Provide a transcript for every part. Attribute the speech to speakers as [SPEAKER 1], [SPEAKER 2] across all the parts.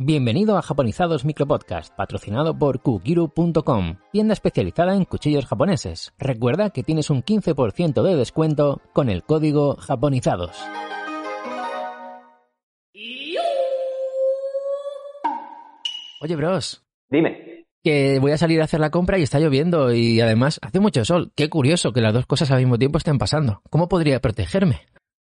[SPEAKER 1] Bienvenido a Japonizados Micropodcast, patrocinado por kukiru.com, tienda especializada en cuchillos japoneses. Recuerda que tienes un 15% de descuento con el código japonizados. Oye, bros,
[SPEAKER 2] Dime.
[SPEAKER 1] que voy a salir a hacer la compra y está lloviendo y además hace mucho sol. Qué curioso que las dos cosas al mismo tiempo estén pasando. ¿Cómo podría protegerme?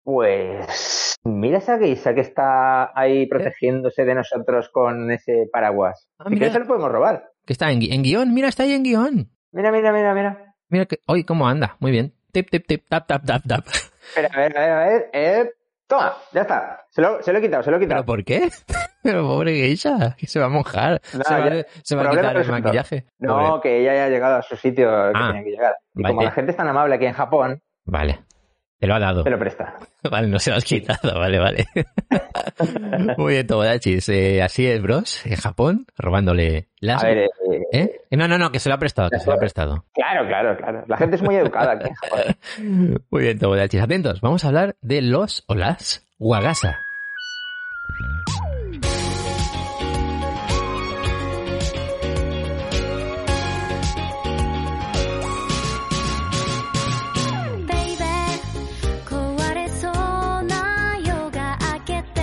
[SPEAKER 2] Pues mira esa guisa que está ahí protegiéndose de nosotros con ese paraguas.
[SPEAKER 1] ¿Eh? Ah,
[SPEAKER 2] si
[SPEAKER 1] mira.
[SPEAKER 2] quieres se lo podemos robar.
[SPEAKER 1] Que está en, gui- en guión, mira, está ahí en guión.
[SPEAKER 2] Mira, mira, mira, mira.
[SPEAKER 1] Mira que hoy cómo anda, muy bien. Tip, tip, tip, tap, tap, tap, tap.
[SPEAKER 2] Espera, a ver, a ver, a ver. eh, toma, ya está. Se lo, se lo he quitado, se lo he
[SPEAKER 1] ¿Pero
[SPEAKER 2] quitado.
[SPEAKER 1] por qué? Pero pobre geisha, que se va a mojar.
[SPEAKER 2] No,
[SPEAKER 1] se va,
[SPEAKER 2] ya-
[SPEAKER 1] se va a
[SPEAKER 2] problema
[SPEAKER 1] quitar el
[SPEAKER 2] resuelto.
[SPEAKER 1] maquillaje.
[SPEAKER 2] No,
[SPEAKER 1] Pobre.
[SPEAKER 2] que ella haya llegado a su sitio que
[SPEAKER 1] Ah,
[SPEAKER 2] tenía que llegar. Y como
[SPEAKER 1] vale.
[SPEAKER 2] la gente es tan amable aquí en Japón,
[SPEAKER 1] Vale. Te lo ha dado.
[SPEAKER 2] te lo presta.
[SPEAKER 1] Vale, no se lo has quitado. Vale, vale. Muy bien, Tobodachis. Eh, así es, bros. En Japón, robándole las.
[SPEAKER 2] A ver, eh,
[SPEAKER 1] ¿Eh? No, no, no, que se lo ha prestado, que se lo ha prestado.
[SPEAKER 2] claro, claro, claro. La gente es muy educada aquí en Japón.
[SPEAKER 1] Muy bien, Tobodachis. Atentos, vamos a hablar de los o las wagasa.
[SPEAKER 3] 「ベイベー」「壊れそうな夜が明けて」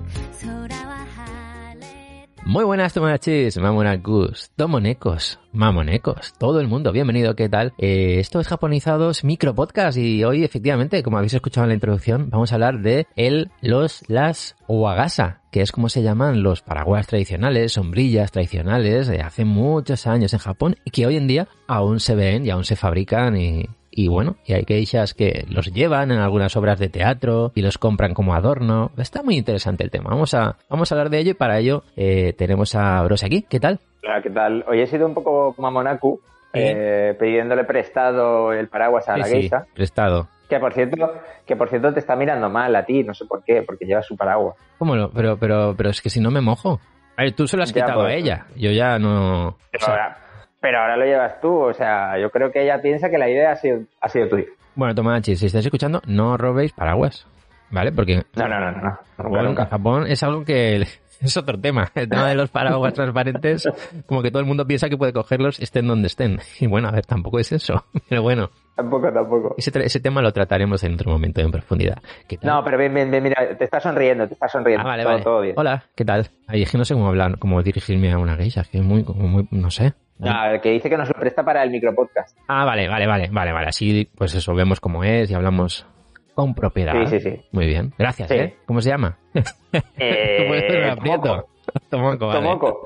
[SPEAKER 3] 「空は晴れた」
[SPEAKER 1] Muy buenas, Tomonachis, Mamonakus, Tomonecos, Mamonecos, todo el mundo, bienvenido, ¿qué tal? Eh, esto es Japonizados Micro Podcast y hoy, efectivamente, como habéis escuchado en la introducción, vamos a hablar de el, los, las, wagasa, que es como se llaman los paraguas tradicionales, sombrillas tradicionales, de hace muchos años en Japón y que hoy en día aún se ven y aún se fabrican y, y bueno, y hay geishas que los llevan en algunas obras de teatro y los compran como adorno. Está muy interesante el tema. Vamos a, vamos a hablar de ello y para ello eh, tenemos a Bros aquí. ¿Qué tal?
[SPEAKER 2] Hola, ¿qué tal? Hoy he sido un poco mamonaku, eh, pidiéndole prestado el paraguas a la
[SPEAKER 1] Sí, sí,
[SPEAKER 2] geisha.
[SPEAKER 1] prestado.
[SPEAKER 2] Que por cierto, que por cierto te está mirando mal a ti, no sé por qué, porque lleva su paraguas.
[SPEAKER 1] ¿Cómo lo? Pero, pero, pero es que si no me mojo. A ver, tú se lo has
[SPEAKER 2] Ya,
[SPEAKER 1] quitado
[SPEAKER 2] pues.
[SPEAKER 1] a ella. Yo ya no. o
[SPEAKER 2] Pero,
[SPEAKER 1] sea,
[SPEAKER 2] ahora, pero ahora lo llevas tú, o sea, yo creo que ella piensa que la idea ha sido, ha sido tuya.
[SPEAKER 1] bueno, Tomachi, si estáis escuchando, no robéis paraguas. ¿Vale? Porque
[SPEAKER 2] No, no, no, no, no, nunca,
[SPEAKER 1] Bueno,
[SPEAKER 2] nunca.
[SPEAKER 1] en Japón es algo que es otro tema. El tema de los paraguas transparentes, como que todo el mundo piensa que puede cogerlos estén donde estén. Y bueno, a ver, tampoco es eso. Pero bueno,
[SPEAKER 2] Tampoco, tampoco.
[SPEAKER 1] ese, tra- ese tema lo trataremos en otro momento en profundidad. ¿Qué tal?
[SPEAKER 2] No, pero bien, bien, bien, mira, te está sonriendo, te está sonriendo.
[SPEAKER 1] Ah, vale,
[SPEAKER 2] todo,
[SPEAKER 1] vale.
[SPEAKER 2] todo bien.
[SPEAKER 1] Hola, ¿qué tal? Ay, es que no sé cómo hablar, cómo dirigirme a una geisha, es que es muy, como muy, no sé.
[SPEAKER 2] No, el que dice que nos lo presta para el micropodcast.
[SPEAKER 1] Ah, vale, vale, vale, vale, vale. Así, pues eso, vemos cómo es y hablamos con propiedad.
[SPEAKER 2] Sí, sí, sí.
[SPEAKER 1] Muy bien, gracias,
[SPEAKER 2] Sí.
[SPEAKER 1] ¿eh? ¿Cómo se llama? ¿Cómo es?
[SPEAKER 2] Eh,
[SPEAKER 1] Aprieto. Tomoko, vale.
[SPEAKER 2] Tomoko.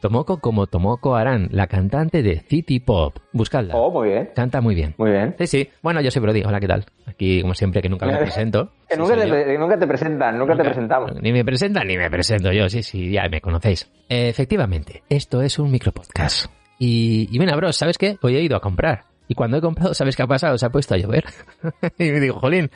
[SPEAKER 1] Tomoko como Tomoko Aran, la cantante de City Pop. Buscadla.
[SPEAKER 2] Oh, muy bien.
[SPEAKER 1] Canta muy bien.
[SPEAKER 2] Muy bien.
[SPEAKER 1] Sí, sí. Bueno, yo soy Brody. Hola, ¿qué tal? Aquí, como siempre, que nunca me presento.
[SPEAKER 2] Que
[SPEAKER 1] Sí,
[SPEAKER 2] nunca,
[SPEAKER 1] soy yo.
[SPEAKER 2] te, nunca te presentan, nunca, te presentamos.
[SPEAKER 1] Ni me presentan ni me presento yo. Sí, sí, ya me conocéis. Efectivamente, esto es un micropodcast. Y, y bueno, bros, ¿sabes qué? Hoy he ido a comprar. Y cuando he comprado, ¿sabes qué ha pasado? Se ha puesto a llover. y me digo, jolín,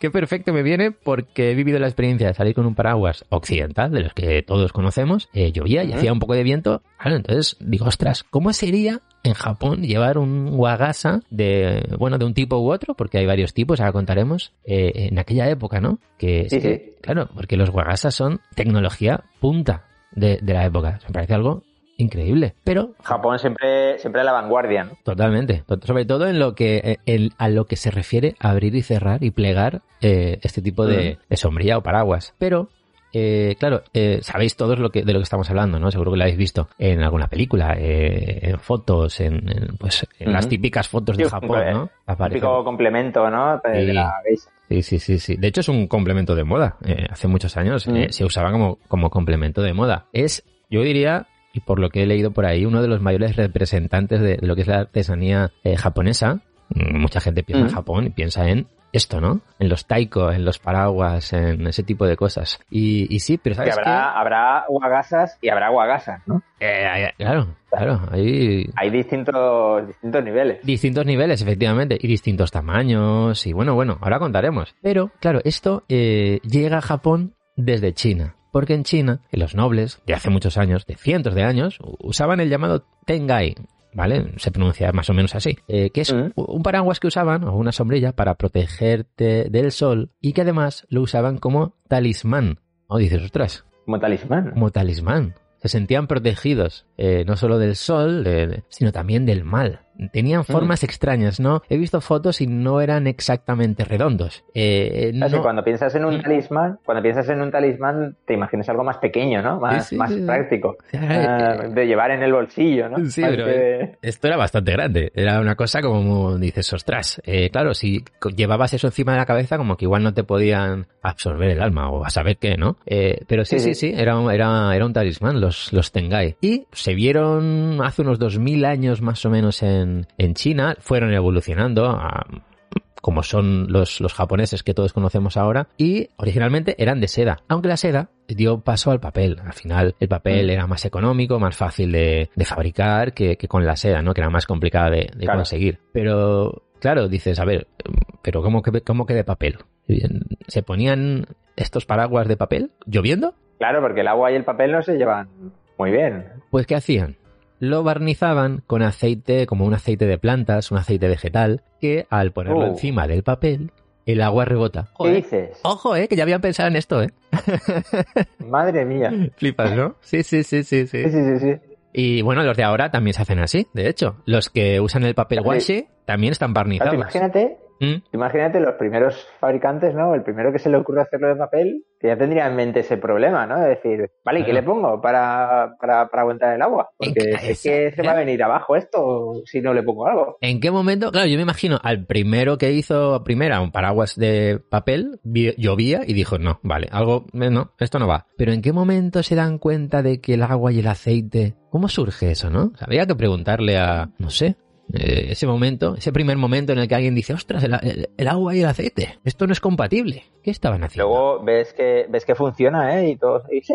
[SPEAKER 1] qué perfecto me viene porque he vivido la experiencia de salir con un paraguas occidental, de los que todos conocemos. Eh, llovía y
[SPEAKER 2] Ujú.
[SPEAKER 1] hacía un poco de viento. Claro, entonces digo, ostras, ¿cómo sería en Japón llevar un wagasa de, bueno, de un tipo u otro? Porque hay varios tipos, ahora contaremos. eh, en aquella época, ¿no? Que
[SPEAKER 2] Sí,
[SPEAKER 1] es que-
[SPEAKER 2] sí.
[SPEAKER 1] Claro, porque los wagasas son tecnología punta de, de la época. Me parece algo increíble. Pero
[SPEAKER 2] Japón siempre, siempre a la vanguardia, ¿no?
[SPEAKER 1] Totalmente. To- Sobre todo en lo que eh, el- a lo que se refiere a abrir y cerrar y plegar eh, este tipo de, de sombrilla o paraguas. Pero, eh, claro, eh, sabéis todos lo que, de lo que estamos hablando, ¿no? Seguro que lo habéis visto en alguna película, eh, en fotos, en, en, pues, en
[SPEAKER 2] Ujú.
[SPEAKER 1] las típicas fotos de
[SPEAKER 2] Sí,
[SPEAKER 1] Japón,
[SPEAKER 2] hombre,
[SPEAKER 1] ¿no? Aparece-
[SPEAKER 2] Típico complemento, ¿no? De
[SPEAKER 1] Sí.
[SPEAKER 2] la geisha.
[SPEAKER 1] Sí, sí, sí, sí. De hecho, es un complemento de moda. Eh, hace muchos años eh,
[SPEAKER 2] Mm.
[SPEAKER 1] se usaba como, como complemento de moda. Es, yo diría, y por lo que he leído por ahí, uno de los mayores representantes de lo que es la artesanía eh, japonesa. Mm, Mucha gente piensa en
[SPEAKER 2] Mm.
[SPEAKER 1] Japón y piensa en esto, ¿no? En los taiko, en los paraguas, en ese tipo de cosas. Y, y sí, pero
[SPEAKER 2] Que
[SPEAKER 1] ¿sabes qué?
[SPEAKER 2] habrá, habrá guagasas y habrá guagasas, ¿no?
[SPEAKER 1] Eh, hay- claro, claro, hay
[SPEAKER 2] Hay distintos, distintos niveles.
[SPEAKER 1] distintos niveles, efectivamente, y distintos tamaños, y bueno, bueno, ahora contaremos. Pero, claro, esto eh, llega a Japón desde China. Porque en China, los nobles, de hace muchos años, de cientos de años, u- usaban el llamado Tengai, ¿vale? Se pronuncia más o menos así. eh, que es
[SPEAKER 2] Mm.
[SPEAKER 1] u- un paraguas que usaban, o una sombrilla, para protegerte del sol, y que además lo usaban como talismán. O dices, ostras,
[SPEAKER 2] Como talismán.
[SPEAKER 1] como talismán. Se sentían protegidos, eh, no solo del sol, eh, sino también del mal.
[SPEAKER 2] Mm.
[SPEAKER 1] Tenían formas extrañas, ¿no? He visto fotos y no eran exactamente redondos. Eh, eh,
[SPEAKER 2] Así,
[SPEAKER 1] no-
[SPEAKER 2] cuando piensas en un
[SPEAKER 1] Mm.
[SPEAKER 2] talismán, cuando piensas en un talismán, te imaginas algo más pequeño, ¿no? Más,
[SPEAKER 1] Sí, sí,
[SPEAKER 2] más
[SPEAKER 1] sí, sí.
[SPEAKER 2] práctico.
[SPEAKER 1] Ah,
[SPEAKER 2] Ah, de llevar en el bolsillo, ¿no?
[SPEAKER 1] Sí,
[SPEAKER 2] Más
[SPEAKER 1] pero, eh.
[SPEAKER 2] que-
[SPEAKER 1] Esto era bastante grande. Era una cosa como dices, ostras. eh, claro, si co- llevabas eso encima de la cabeza, como que igual no te podían absorber el alma o a saber qué, ¿no? Eh, pero sí, sí,
[SPEAKER 2] Sí,
[SPEAKER 1] sí, era, un- era, era un talismán, los, los Tengai. Y se vieron hace unos 2000 años más o menos en, en China, fueron evolucionando a- como son los, los japoneses que todos conocemos ahora, y originalmente eran de seda, aunque la seda dio paso al papel. Al final el papel
[SPEAKER 2] Mm.
[SPEAKER 1] era más económico, más fácil de, de fabricar que, que con la seda, ¿no? Que era más complicada de, de
[SPEAKER 2] Claro.
[SPEAKER 1] conseguir. Pero, claro, dices, a ver, pero ¿cómo que, cómo que de papel? eh, ¿Se ponían estos paraguas de papel lloviendo?
[SPEAKER 2] Claro, porque el agua y el papel no se llevan muy bien.
[SPEAKER 1] Pues ¿qué hacían? Lo barnizaban con aceite, como un aceite de plantas, un aceite vegetal, que al ponerlo
[SPEAKER 2] Oh.
[SPEAKER 1] encima del papel, el agua rebota.
[SPEAKER 2] ¿Qué
[SPEAKER 1] Joder,
[SPEAKER 2] dices?
[SPEAKER 1] Ojo, eh, que ya habían pensado en esto, eh.
[SPEAKER 2] Madre mía.
[SPEAKER 1] Flipas, ¿no? Sí, sí, sí, sí, sí.
[SPEAKER 2] Sí, sí, sí, sí.
[SPEAKER 1] Y bueno, los de ahora también se hacen así, de hecho. Los que usan el papel
[SPEAKER 2] Sí.
[SPEAKER 1] washi también están
[SPEAKER 2] Claro, tú
[SPEAKER 1] barnizados.
[SPEAKER 2] imagínate,
[SPEAKER 1] Mm,
[SPEAKER 2] tú imagínate los primeros fabricantes, ¿no? El primero que se le ocurre hacerlo de papel, que ya tendría en mente ese problema, ¿no? De decir, vale, ¿y qué
[SPEAKER 1] Claro.
[SPEAKER 2] le pongo para, para, para aguantar el agua? Porque
[SPEAKER 1] Venga,
[SPEAKER 2] es que
[SPEAKER 1] esa,
[SPEAKER 2] se va a
[SPEAKER 1] ¿eh?
[SPEAKER 2] venir abajo esto si no le pongo algo.
[SPEAKER 1] ¿En qué momento? Claro, yo me imagino al primero que hizo primera un paraguas de papel, vi- llovía y dijo, no, vale, algo, eh, no, esto no va. Pero ¿en qué momento se dan cuenta de que el agua y el aceite, cómo surge eso, no? O sea, habría que preguntarle a, no sé, eh, ese momento, ese primer momento en el que alguien dice, ostras, el, a- el- el agua y el aceite, esto no es compatible. ¿Qué estaban haciendo?
[SPEAKER 2] Luego ves que ves que funciona, ¿eh? Y todo. Y sí,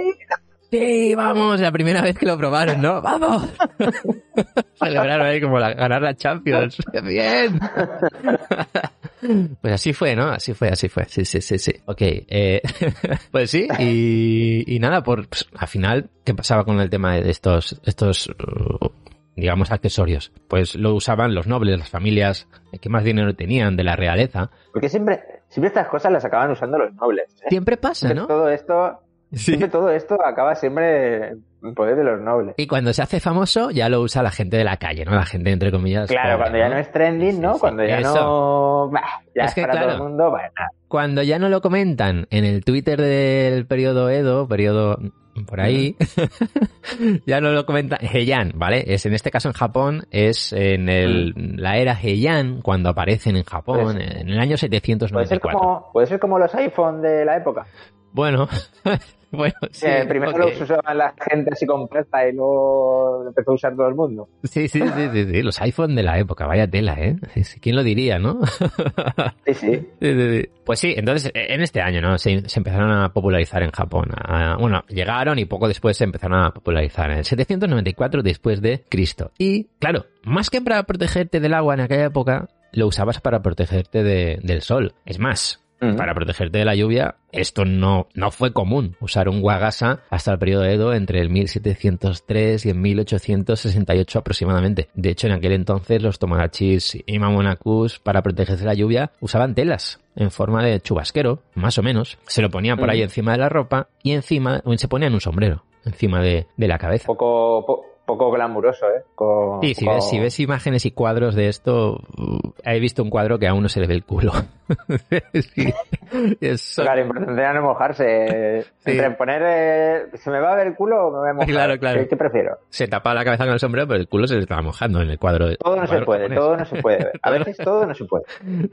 [SPEAKER 1] Sí, vamos, la primera vez que lo probaron, ¿no? ¡Vamos! Celebraron ahí como la- ganar la Champions. ¡Bien! Pues así fue, ¿no? Así fue, así fue. Sí, sí, sí, sí. Ok, eh, pues sí, y, y nada, por, pues, al final, ¿qué pasaba con el tema de estos, estos, uh, digamos, accesorios? Pues lo usaban los nobles, las familias que más dinero tenían de la realeza.
[SPEAKER 2] porque siempre siempre estas cosas las acaban usando los nobles. ¿eh?
[SPEAKER 1] Siempre pasa,
[SPEAKER 2] Siempre
[SPEAKER 1] ¿no?
[SPEAKER 2] Todo esto,
[SPEAKER 1] Sí.
[SPEAKER 2] siempre todo esto acaba siempre en poder de los nobles.
[SPEAKER 1] Y cuando se hace famoso, ya lo usa la gente de la calle, ¿no? La gente, entre comillas.
[SPEAKER 2] Claro,
[SPEAKER 1] pobre,
[SPEAKER 2] cuando ya no es trending,
[SPEAKER 1] Sí,
[SPEAKER 2] ¿no?
[SPEAKER 1] sí,
[SPEAKER 2] Cuando ya
[SPEAKER 1] eso.
[SPEAKER 2] no. bah, ya
[SPEAKER 1] Es
[SPEAKER 2] es,
[SPEAKER 1] que,
[SPEAKER 2] para todo
[SPEAKER 1] claro.
[SPEAKER 2] el mundo, bah, nada.
[SPEAKER 1] Cuando ya no lo comentan en el Twitter del periodo Edo, periodo por ahí, ya no lo comentan. Heian, ¿vale? Es, en este caso en Japón, es en el, la era Heian, cuando aparecen en Japón,
[SPEAKER 2] Mm. Pues-
[SPEAKER 1] en el año
[SPEAKER 2] Puede ser,
[SPEAKER 1] 794.
[SPEAKER 2] como, puede ser como los iPhone de la época.
[SPEAKER 1] Bueno, bueno, sí.
[SPEAKER 2] Eh, primero
[SPEAKER 1] ok.
[SPEAKER 2] los usaban la gente así completa y luego lo empezó a usar todo el mundo.
[SPEAKER 1] sí, sí, sí, sí, sí, los iPhone de la época, vaya tela, ¿eh? Sí, sí, ¿Quién lo diría, no?
[SPEAKER 2] Sí, sí.
[SPEAKER 1] Sí, sí, sí. Pues sí, entonces eh, en este año, ¿no? Se, se empezaron a popularizar en Japón. A- bueno, llegaron y poco después se empezaron a popularizar. En el 794 después de Cristo. Y, claro, más que para protegerte del agua en aquella época, lo usabas para protegerte de- del sol. Es más, para protegerte de la lluvia, esto no, no fue común. Usar un wagasa hasta el periodo Edo entre el 1703 y el 1868 aproximadamente. De hecho, en aquel entonces los Tomodachis y Mamonakus para protegerse de la lluvia usaban telas en forma de chubasquero, más o menos. Se lo ponían por ahí
[SPEAKER 2] Mm.
[SPEAKER 1] encima de la ropa y encima o se ponían un sombrero encima de, de la
[SPEAKER 2] Oh,
[SPEAKER 1] cabeza.
[SPEAKER 2] Poco, po- poco glamuroso, ¿eh? Co-
[SPEAKER 1] Sí, si
[SPEAKER 2] co-
[SPEAKER 1] ves, si ves imágenes y cuadros de esto, uh, he visto un cuadro que a uno se le ve el culo. Sí. Es-
[SPEAKER 2] Claro, importante era no mojarse. Entre poner. eh, ¿Se me va a ver el culo o me voy a mojar?
[SPEAKER 1] Claro, claro.
[SPEAKER 2] ¿Qué, qué prefiero?
[SPEAKER 1] se tapa la cabeza con el sombrero, pero el culo se le estaba mojando en el cuadro. de-
[SPEAKER 2] Todo no se
[SPEAKER 1] cuadro
[SPEAKER 2] puede,
[SPEAKER 1] japonés.
[SPEAKER 2] todo no se puede. A
[SPEAKER 1] Todo no-
[SPEAKER 2] veces todo no se puede.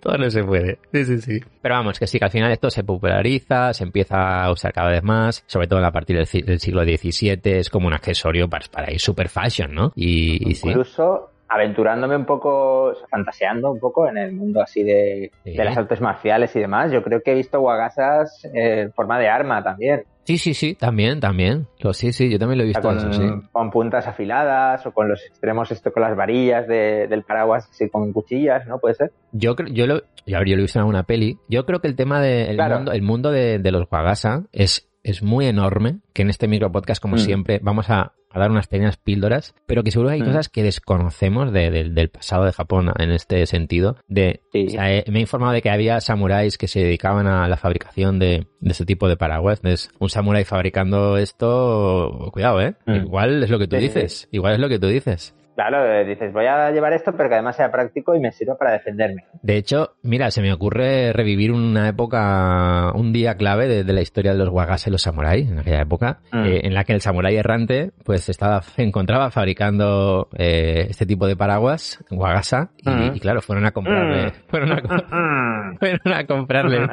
[SPEAKER 1] Todo no se puede. Sí, sí, sí. Pero vamos, que sí, que al final esto se populariza, se empieza a usar cada vez más, sobre todo a partir del, ci- del siglo XVII, es como un accesorio para, para ir super fashion, ¿no? Y, y sí.
[SPEAKER 2] Incluso aventurándome un poco, o sea, fantaseando un poco en el mundo así de,
[SPEAKER 1] Sí.
[SPEAKER 2] de las artes marciales y demás, yo creo que he visto guagasas eh, en forma de arma también.
[SPEAKER 1] Sí, sí, sí, también, también. Lo, sí, sí, yo también lo he
[SPEAKER 2] O sea,
[SPEAKER 1] visto eso, sí.
[SPEAKER 2] Ah, con, con puntas afiladas o con los extremos, esto con las varillas de- del paraguas, así con cuchillas, ¿no? Puede ser.
[SPEAKER 1] Yo creo, yo lo, yo, a ver, yo lo he visto en alguna peli. Yo creo que el tema del
[SPEAKER 2] Claro.
[SPEAKER 1] mundo, el mundo de, de los Wagasa es, es muy enorme, que en este micro podcast, como
[SPEAKER 2] Mm.
[SPEAKER 1] siempre, vamos a, a dar unas pequeñas píldoras, pero que seguro que hay
[SPEAKER 2] Mm.
[SPEAKER 1] cosas que desconocemos de- del- del pasado de Japón en este sentido. De,
[SPEAKER 2] Sí.
[SPEAKER 1] o sea, eh, me he informado de que había samuráis que se dedicaban a la fabricación de, de este tipo de paraguas. Entonces, un samurái fabricando esto, cuidado, ¿eh?
[SPEAKER 2] Mm.
[SPEAKER 1] Igual es lo que tú
[SPEAKER 2] Sí, sí, sí.
[SPEAKER 1] dices, igual es lo que tú dices.
[SPEAKER 2] Claro, eh, dices, voy a llevar esto, pero que además sea práctico y me sirva para defenderme.
[SPEAKER 1] De hecho, mira, se me ocurre revivir una época, un día clave de, de la historia de los wagase y los samuráis, en aquella época,
[SPEAKER 2] Mm.
[SPEAKER 1] eh, en la que el samurái errante pues estaba, se encontraba fabricando eh, este tipo de paraguas, wagasa, y,
[SPEAKER 2] Mm.
[SPEAKER 1] y claro, fueron a comprarle,
[SPEAKER 2] Mm.
[SPEAKER 1] fueron, a, co- fueron a comprarle uno.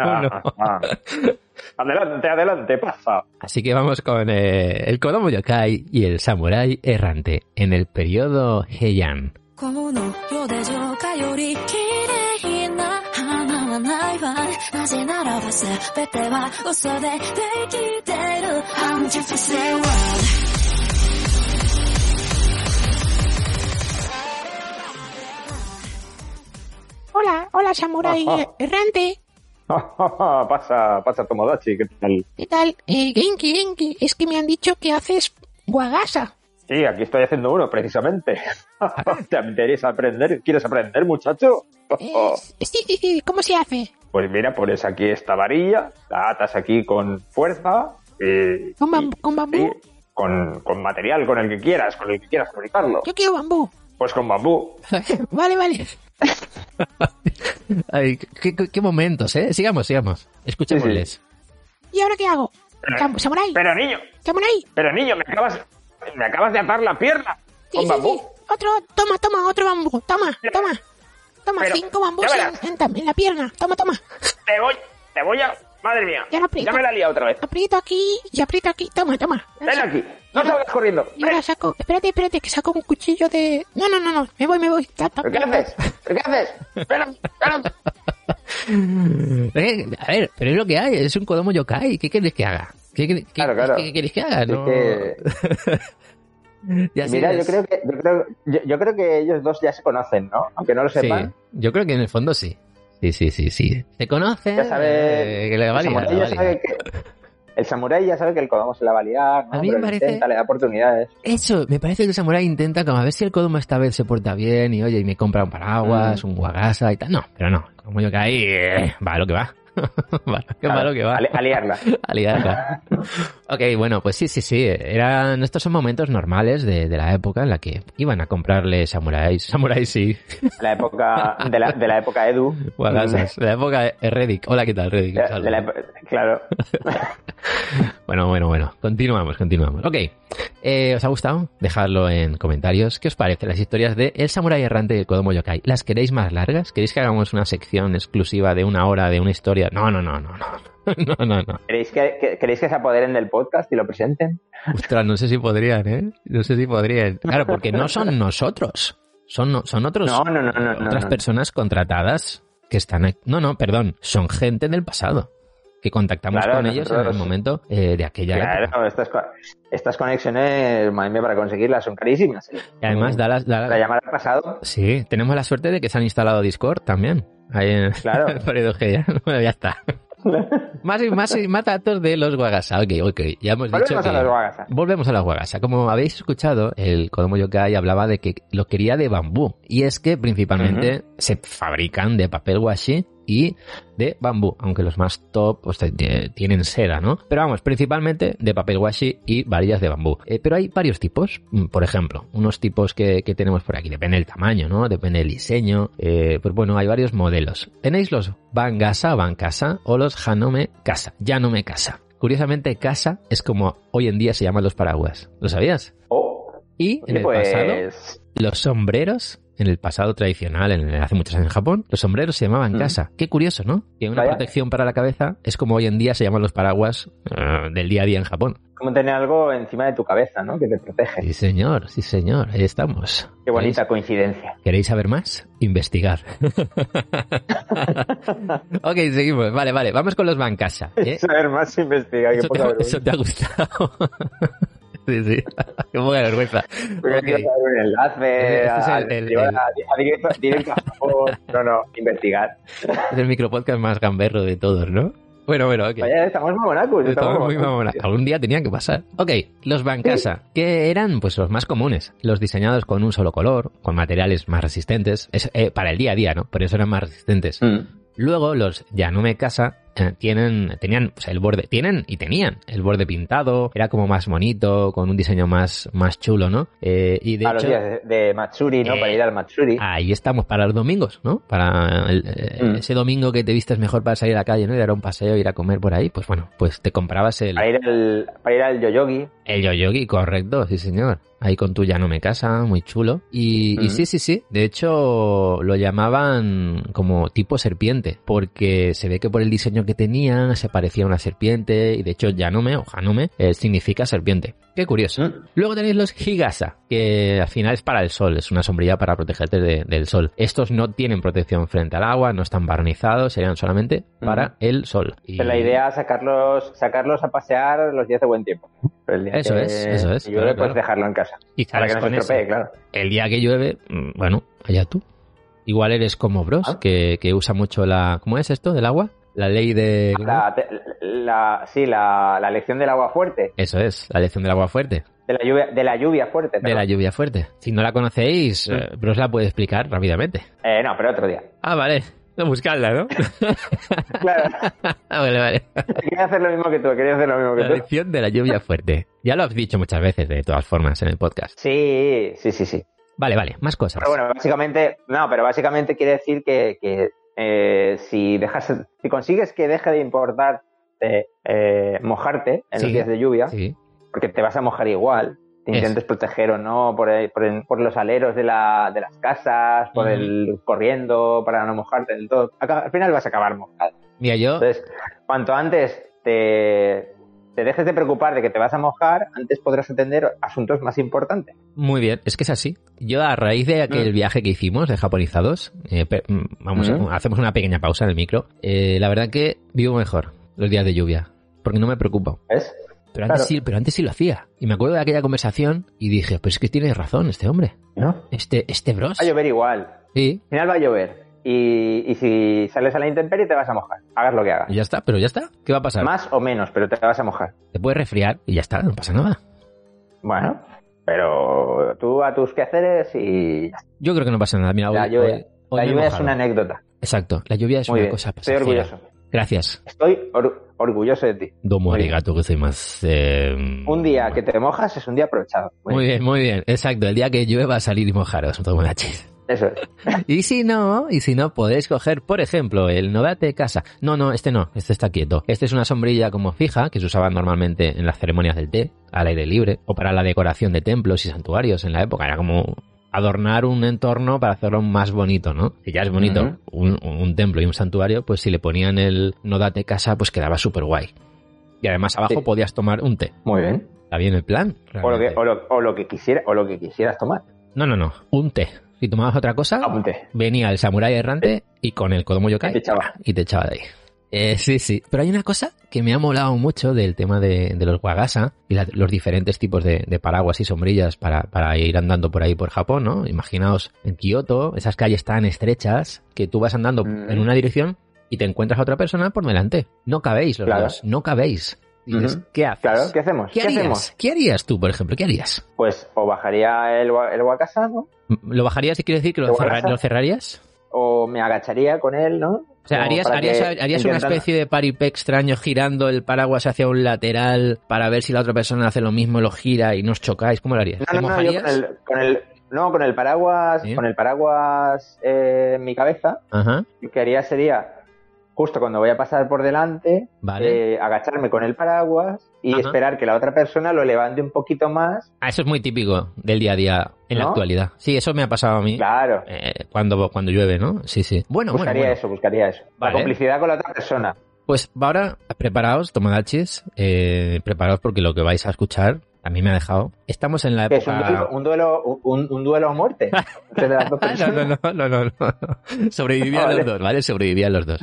[SPEAKER 2] Ah, adelante, adelante, pasa.
[SPEAKER 1] Así que vamos con eh, el Kodomo Yokai y el samurái errante en el periodo Heian.
[SPEAKER 3] この世で浄化より綺麗な花はないわなぜならば全ては嘘でできてる I'm just a s a word
[SPEAKER 4] ほら、ほら、シャムライ、
[SPEAKER 2] ああ
[SPEAKER 4] えランデ
[SPEAKER 2] pasa, pasa, Tomodachi, ¿qué tal?
[SPEAKER 4] ¿Qué tal? Eh, Genki, Genki, es que me han dicho que haces guagasa.
[SPEAKER 2] Sí, aquí estoy haciendo uno, precisamente. ¿Te interesa aprender? ¿Quieres aprender, muchacho?
[SPEAKER 4] Eh, sí, sí, sí, ¿cómo se hace?
[SPEAKER 2] Pues mira, pones aquí esta varilla, la atas aquí con fuerza y,
[SPEAKER 4] ¿Con, bam- con
[SPEAKER 2] y
[SPEAKER 4] bambú?
[SPEAKER 2] con, con material, con el que quieras, con el que quieras fabricarlo.
[SPEAKER 4] Yo quiero bambú.
[SPEAKER 2] Pues con bambú.
[SPEAKER 4] Vale, vale.
[SPEAKER 1] Ay, qué, qué- qué momentos, ¿eh? Sigamos, sigamos. Escuchémosles.
[SPEAKER 4] ¿Y ahora qué hago?
[SPEAKER 2] Eh,
[SPEAKER 4] Sam- ¿Samurai?
[SPEAKER 2] Pero niño,
[SPEAKER 4] ¿Samurai?
[SPEAKER 2] pero niño, me acabas, me acabas de atar la pierna
[SPEAKER 4] Sí,
[SPEAKER 2] con
[SPEAKER 4] sí,
[SPEAKER 2] bambú.
[SPEAKER 4] sí. Otro, toma, toma, otro bambú. Toma, toma. Toma,
[SPEAKER 2] Pero,
[SPEAKER 4] cinco bambús
[SPEAKER 2] ya verás.
[SPEAKER 4] en, en tam- en la pierna. Toma, toma.
[SPEAKER 2] Te voy, te voy a. Madre mía.
[SPEAKER 4] Ya no aprieta.
[SPEAKER 2] Ya me la lía otra vez.
[SPEAKER 4] Aprieto aquí y aprieto aquí. Toma, toma.
[SPEAKER 2] Ven aquí. No salgas corriendo.
[SPEAKER 4] Y ahora
[SPEAKER 2] Ven.
[SPEAKER 4] saco... Espérate, espérate, que saco un cuchillo de... No, no, no, no. Me voy, me voy. Ta- ta-
[SPEAKER 2] ¿Pero qué haces? ¿Pero qué haces? Espera, espera.
[SPEAKER 1] Eh, a ver, pero es lo que hay, es un Kodomo Yokai. ¿Qué queréis que haga? ¿Qué, qué- qué-
[SPEAKER 2] Claro, claro.
[SPEAKER 1] qué- qué queréis que haga? No.
[SPEAKER 2] que-
[SPEAKER 1] Y así
[SPEAKER 2] Mira, yo
[SPEAKER 1] es.
[SPEAKER 2] creo, que, yo, creo, yo, yo creo que ellos dos ya se conocen, ¿no? Aunque no lo
[SPEAKER 1] Sí,
[SPEAKER 2] sepan.
[SPEAKER 1] yo creo que en el fondo sí. Sí, sí, sí, sí. Se conoce. Eh,
[SPEAKER 2] Ya sabe.
[SPEAKER 1] que le
[SPEAKER 2] el
[SPEAKER 1] va a liar,
[SPEAKER 2] samurái
[SPEAKER 1] le va
[SPEAKER 2] ya
[SPEAKER 1] a liar.
[SPEAKER 2] sabe que. El samurái ya sabe que el Kodomo se la va a liar, ¿no?
[SPEAKER 1] A mí me
[SPEAKER 2] Pero lo
[SPEAKER 1] parece-
[SPEAKER 2] intenta, le da oportunidades.
[SPEAKER 1] Eso, me parece que el samurái intenta como a ver si el Kodomo esta vez se porta bien y oye, y me compra un paraguas,
[SPEAKER 2] Mm.
[SPEAKER 1] un guagasa y tal. No, pero no. Como Yokai, eh, va lo que va. va lo que va, lo que va.
[SPEAKER 2] A, li- a liarla.
[SPEAKER 1] A liarla. ok, bueno, pues sí, sí, sí. Eran, estos son momentos normales de, de la época en la que iban a comprarle samuráis. Samuráis, sí.
[SPEAKER 2] La época, de, la, de la época Edu.
[SPEAKER 1] Guagasas. De la época de Reddick. Hola, ¿qué tal, Reddick?
[SPEAKER 2] De- de la epo- claro.
[SPEAKER 1] Bueno, bueno, bueno. Continuamos, continuamos. Ok. Eh, ¿Os ha gustado? Dejadlo en comentarios. ¿Qué os parece las historias de El Samurai Errante y el Kodomo Yokai? ¿Las queréis más largas? ¿Queréis que hagamos una sección exclusiva de una hora de una historia? No, no, no, no, no. No, no, no.
[SPEAKER 2] ¿Queréis que, que- ¿Queréis que se apoderen del podcast y lo presenten?
[SPEAKER 1] Ostras, no sé si podrían, ¿eh? No sé si podrían. Claro, porque no son nosotros. Son, no- son otros,
[SPEAKER 2] No, no, no, no, no,
[SPEAKER 1] Pues otras
[SPEAKER 2] no.
[SPEAKER 1] personas contratadas que están aquí. No, no, perdón. Son gente del pasado que contactamos
[SPEAKER 2] Claro,
[SPEAKER 1] con ellos en el
[SPEAKER 2] nosotros-
[SPEAKER 1] momento eh, de aquella época.
[SPEAKER 2] Claro, estas, co- estas conexiones, madre mía, para conseguirlas son carísimas.
[SPEAKER 1] Y además, da las, da la-
[SPEAKER 2] Para llamar al pasado,
[SPEAKER 1] Sí, tenemos la suerte de que se han instalado Discord también. Ahí en
[SPEAKER 2] Claro.
[SPEAKER 1] el periodo que ya. Bueno, ya está. más, y- más, y- más datos de los Wagasa. Ok, ok. Ya hemos dicho
[SPEAKER 2] volvemos
[SPEAKER 1] que...
[SPEAKER 2] a los Wagasa.
[SPEAKER 1] Volvemos a las Wagasa. Como habéis escuchado, el Kodomo Yokai hablaba de que lo quería de bambú. Y es que principalmente se fabrican de papel washi y de bambú, aunque los más top pues, te- te- tienen seda, ¿no? Pero vamos, principalmente de papel washi y varillas de bambú. Eh, pero hay varios tipos, Mm, por ejemplo, unos tipos que, que tenemos por aquí, depende del tamaño, ¿no? Depende del diseño, eh, pues bueno, hay varios modelos. Tenéis los Bangasa, Bancasa o los Hanome Casa, Yanome Casa. Curiosamente, casa es como hoy en día se llaman los paraguas. ¿Lo sabías?
[SPEAKER 2] Oh,
[SPEAKER 1] Y en
[SPEAKER 2] Oye,
[SPEAKER 1] el
[SPEAKER 2] pues,
[SPEAKER 1] pasado, los sombreros, en el pasado tradicional, en, hace muchos años en Japón, los sombreros se llamaban
[SPEAKER 2] Mm.
[SPEAKER 1] casa. Qué curioso, ¿no? Que una
[SPEAKER 2] Vaya.
[SPEAKER 1] protección para la cabeza es como hoy en día se llaman los paraguas eh, del día a día en Japón.
[SPEAKER 2] como tener algo encima de tu cabeza, ¿no? Que te protege.
[SPEAKER 1] Sí, señor, sí, señor, ahí estamos.
[SPEAKER 2] Qué bonita coincidencia.
[SPEAKER 1] ¿Queréis, queréis saber más? Investigar. ok, seguimos. Vale, vale, vamos con los bancasa. ¿eh?
[SPEAKER 2] Saber más investigar que
[SPEAKER 1] Eso
[SPEAKER 2] poca
[SPEAKER 1] te,
[SPEAKER 2] vergüenza.
[SPEAKER 1] eso te ha gustado. sí, sí. Qué poca vergüenza.
[SPEAKER 2] Porque
[SPEAKER 1] Ok.
[SPEAKER 2] quiero saber un enlace,
[SPEAKER 1] Este es
[SPEAKER 2] a-
[SPEAKER 1] el- el-
[SPEAKER 2] llevar
[SPEAKER 1] el-
[SPEAKER 2] a, a directo, directo a Japón. No, no, investigar.
[SPEAKER 1] Es el micropodcast más gamberro de todos, ¿no? Bueno, bueno, ok.
[SPEAKER 2] Vaya, estamos mamonacos.
[SPEAKER 1] Estamos muy
[SPEAKER 2] mamonacos.
[SPEAKER 1] mamonas. Algún día tenían que pasar. Ok, los bancasa, que eran pues los más comunes, los diseñados con un solo color, con materiales más resistentes, es, eh, para el día a día, ¿no? Por eso eran más resistentes.
[SPEAKER 2] Mm.
[SPEAKER 1] Luego los Yanume Casa eh, tienen, tenían, o sea, el borde, tienen y tenían el borde pintado, era como más bonito, con un diseño más, más chulo, ¿no? Eh, y de
[SPEAKER 2] a los
[SPEAKER 1] hecho,
[SPEAKER 2] días de, de Matsuri, ¿no?
[SPEAKER 1] Eh,
[SPEAKER 2] Para ir al Matsuri.
[SPEAKER 1] ahí estamos para los domingos, ¿no? Para el- eh,
[SPEAKER 2] Mm.
[SPEAKER 1] ese domingo que te vistes mejor para salir a la calle, ¿no? Y dar un paseo, ir a comer por ahí, pues bueno, pues te comprabas el,
[SPEAKER 2] Para ir al, para ir al Yoyogi.
[SPEAKER 1] el yoyogi, correcto, sí señor. Ahí con tu ya no me casa, muy chulo. Y, y
[SPEAKER 2] Ujú.
[SPEAKER 1] sí, sí, sí. De hecho, lo llamaban como tipo serpiente, porque se ve que por el diseño que tenían se parecía a una serpiente, y de hecho Yanome o Hanome eh, significa serpiente. Qué curioso.
[SPEAKER 2] Ah.
[SPEAKER 1] Luego tenéis los Higasa, que al final es para el sol, es una sombrilla para protegerte de- del sol. Estos no tienen protección frente al agua, no están barnizados, serían solamente para
[SPEAKER 2] Ujú.
[SPEAKER 1] el sol. Y-
[SPEAKER 2] Pero la idea es sacarlos, sacarlos a pasear los días de buen tiempo. Pero el día
[SPEAKER 1] Eso
[SPEAKER 2] que-
[SPEAKER 1] es, eso es,
[SPEAKER 2] Yo
[SPEAKER 1] claro,
[SPEAKER 2] creo que puedes
[SPEAKER 1] claro.
[SPEAKER 2] dejarlo en casa.
[SPEAKER 1] y
[SPEAKER 2] Para que
[SPEAKER 1] sales
[SPEAKER 2] no se
[SPEAKER 1] con eso.
[SPEAKER 2] estropee, claro.
[SPEAKER 1] el día que llueve, mm, bueno, allá tú. Igual eres como Bros,
[SPEAKER 2] Ah.
[SPEAKER 1] que, que usa mucho la... ¿Cómo es esto del agua? La ley de... ¿cómo?
[SPEAKER 2] La, te- la- sí, la, la lección del agua fuerte.
[SPEAKER 1] Eso es, la lección del agua fuerte,
[SPEAKER 2] De la lluvia, de la lluvia fuerte.
[SPEAKER 1] de la
[SPEAKER 2] perdón.
[SPEAKER 1] lluvia fuerte. Si no la conocéis,
[SPEAKER 2] Sí.
[SPEAKER 1] eh, Bros la puede explicar rápidamente.
[SPEAKER 2] Eh, no, pero otro día.
[SPEAKER 1] Ah, vale. No, buscadla, ¿no?
[SPEAKER 2] Claro,
[SPEAKER 1] Ah, vale, vale.
[SPEAKER 2] quería hacer lo mismo que tú, quería hacer lo mismo
[SPEAKER 1] La
[SPEAKER 2] que tú.
[SPEAKER 1] lección de la lluvia fuerte. Ya lo has dicho muchas veces, de todas formas, en el podcast.
[SPEAKER 2] Sí, sí, sí, sí.
[SPEAKER 1] Vale, vale, más cosas.
[SPEAKER 2] Pero bueno, básicamente, no, pero básicamente quiere decir que, que, eh, si dejas, si consigues que deje de importar mojarte en
[SPEAKER 1] Sí.
[SPEAKER 2] los días de lluvia,
[SPEAKER 1] Sí,
[SPEAKER 2] porque te vas a mojar igual, te
[SPEAKER 1] Es.
[SPEAKER 2] intentes proteger o no por, el- por, el- por los aleros de, la, de las casas, por
[SPEAKER 1] Ujú.
[SPEAKER 2] el corriendo para no mojarte del todo, Aca- al final vas a acabar mojado.
[SPEAKER 1] mira, yo...
[SPEAKER 2] Entonces, cuanto antes te, te dejes de preocupar de que te vas a mojar, antes podrás atender asuntos más importantes.
[SPEAKER 1] Muy bien, es que es así. Yo a raíz de aquel
[SPEAKER 2] Mm.
[SPEAKER 1] viaje que hicimos de japonizados, eh, pe- mm, vamos,
[SPEAKER 2] Mm.
[SPEAKER 1] hacemos una pequeña pausa en el micro. Eh, la verdad que vivo mejor los días de lluvia, porque no me preocupo.
[SPEAKER 2] ¿Ves?
[SPEAKER 1] Pero antes,
[SPEAKER 2] Claro.
[SPEAKER 1] sí, pero antes sí lo hacía. Y me acuerdo de aquella conversación y dije, pues es que tiene razón este hombre,
[SPEAKER 2] ¿No?
[SPEAKER 1] este, este bros.
[SPEAKER 2] Va a llover igual.
[SPEAKER 1] Sí,
[SPEAKER 2] Al final va a llover. Y, y si sales a la intemperie te vas a mojar. Hagas lo que hagas.
[SPEAKER 1] y ya está, pero ya está. ¿Qué va a pasar?
[SPEAKER 2] Más o menos, pero te vas a mojar.
[SPEAKER 1] Te puedes resfriar y ya está, no pasa nada.
[SPEAKER 2] Bueno, pero tú a tus quehaceres y
[SPEAKER 1] Yo creo que no pasa nada. Mira, hoy-
[SPEAKER 2] La lluvia.
[SPEAKER 1] hoy- hoy
[SPEAKER 2] la
[SPEAKER 1] me he
[SPEAKER 2] lluvia es
[SPEAKER 1] mojado.
[SPEAKER 2] una anécdota.
[SPEAKER 1] Exacto, la lluvia es
[SPEAKER 2] Muy
[SPEAKER 1] una
[SPEAKER 2] bien.
[SPEAKER 1] cosa
[SPEAKER 2] Estoy
[SPEAKER 1] pasajera.
[SPEAKER 2] orgulloso.
[SPEAKER 1] Gracias.
[SPEAKER 2] Estoy or- orgulloso de ti.
[SPEAKER 1] Domo
[SPEAKER 2] Muy bien.
[SPEAKER 1] arigato gozaimasu. Eh,
[SPEAKER 2] Un día que te mojas es un día aprovechado. Muy
[SPEAKER 1] Muy
[SPEAKER 2] bien.
[SPEAKER 1] bien, muy bien. Exacto. El día que llueva salir y mojaros, tomodachis.
[SPEAKER 2] Eso es.
[SPEAKER 1] Y si no, y si no, podéis coger, por ejemplo, el Nodate Casa. No, no, este no, este está quieto. Este es una sombrilla como fija que se usaba normalmente en las ceremonias del té, al aire libre, o para la decoración de templos y santuarios en la época. Era como adornar un entorno para hacerlo más bonito, ¿no? Si ya es bonito
[SPEAKER 2] Ujú.
[SPEAKER 1] un, un templo y un santuario, pues si le ponían el Nodate Casa, pues quedaba súper guay. Y además abajo
[SPEAKER 2] Sí.
[SPEAKER 1] podías tomar un té.
[SPEAKER 2] Muy bien.
[SPEAKER 1] Está bien el plan.
[SPEAKER 2] O lo, que,
[SPEAKER 1] realmente.
[SPEAKER 2] o, lo, o lo que quisiera, o lo que quisieras tomar.
[SPEAKER 1] No, no, no. Un té. Si tomabas otra
[SPEAKER 2] Ah,
[SPEAKER 1] cosa,
[SPEAKER 2] Apunte. Este
[SPEAKER 1] venía el samurái errante y con el Kodomo Yokai
[SPEAKER 2] Eh. Te echaba.
[SPEAKER 1] y te echaba de ahí. Eh, sí, sí. Pero hay una cosa que me ha molado mucho del tema de, de los wagasa y la- los diferentes tipos de, de paraguas y sombrillas para, para ir andando por ahí por Japón, ¿no? Imaginaos en Kioto, esas calles tan estrechas que tú vas andando
[SPEAKER 2] Mm.
[SPEAKER 1] en una dirección y te encuentras a otra persona por delante. No cabéis los
[SPEAKER 2] Claro.
[SPEAKER 1] dos, no cabéis. Dices,
[SPEAKER 2] Ujú.
[SPEAKER 1] ¿qué haces?
[SPEAKER 2] Claro, ¿qué hacemos?
[SPEAKER 1] ¿Qué, harías?
[SPEAKER 2] hacemos?
[SPEAKER 1] ¿Qué harías tú, por ejemplo? ¿Qué harías?
[SPEAKER 2] Pues o bajaría el, wa- el wakasa, ¿no?
[SPEAKER 1] ¿Lo bajarías y quiere decir que lo,
[SPEAKER 2] ¿Lo
[SPEAKER 1] cerra-
[SPEAKER 2] wagasa?
[SPEAKER 1] lo cerrarías?
[SPEAKER 2] O me agacharía con él, ¿no?
[SPEAKER 1] O sea,
[SPEAKER 2] Como
[SPEAKER 1] ¿harías,
[SPEAKER 2] para
[SPEAKER 1] harías,
[SPEAKER 2] que
[SPEAKER 1] harías una
[SPEAKER 2] intentando-
[SPEAKER 1] especie de paripé extraño girando el paraguas hacia un lateral para ver si la otra persona hace lo mismo, lo gira y no os chocáis? ¿Cómo lo harías? ¿Te
[SPEAKER 2] No, no, no, yo
[SPEAKER 1] mojarías?
[SPEAKER 2] con el, con el- no, con el paraguas,
[SPEAKER 1] Sí.
[SPEAKER 2] con el paraguas eh, en mi cabeza,
[SPEAKER 1] Ajá.
[SPEAKER 2] lo que haría sería justo cuando voy a pasar por delante,
[SPEAKER 1] Vale.
[SPEAKER 2] eh, agacharme con el paraguas y
[SPEAKER 1] Ajá.
[SPEAKER 2] esperar que la otra persona lo levante un poquito más.
[SPEAKER 1] Ah, eso es muy típico del día a día en la
[SPEAKER 2] ¿No?
[SPEAKER 1] actualidad. Sí, eso me ha pasado a mí.
[SPEAKER 2] Claro.
[SPEAKER 1] Eh, cuando, cuando llueve, ¿no? Sí, sí. Bueno, bueno,
[SPEAKER 2] buscaría
[SPEAKER 1] bueno.
[SPEAKER 2] eso, buscaría eso.
[SPEAKER 1] Vale.
[SPEAKER 2] La complicidad con la otra persona.
[SPEAKER 1] Pues ahora, preparaos, Tomodachis, eh, preparaos porque lo que vais a escuchar a mí me ha dejado. Estamos en la
[SPEAKER 2] Que es un duelo,
[SPEAKER 1] época...
[SPEAKER 2] un duelo, un, un duelo a muerte. entre las dos
[SPEAKER 1] Ah, no,
[SPEAKER 2] personas.
[SPEAKER 1] no, no, no, no, no. Sobrevivían
[SPEAKER 2] Vale.
[SPEAKER 1] los dos, ¿vale? Sobrevivían los dos.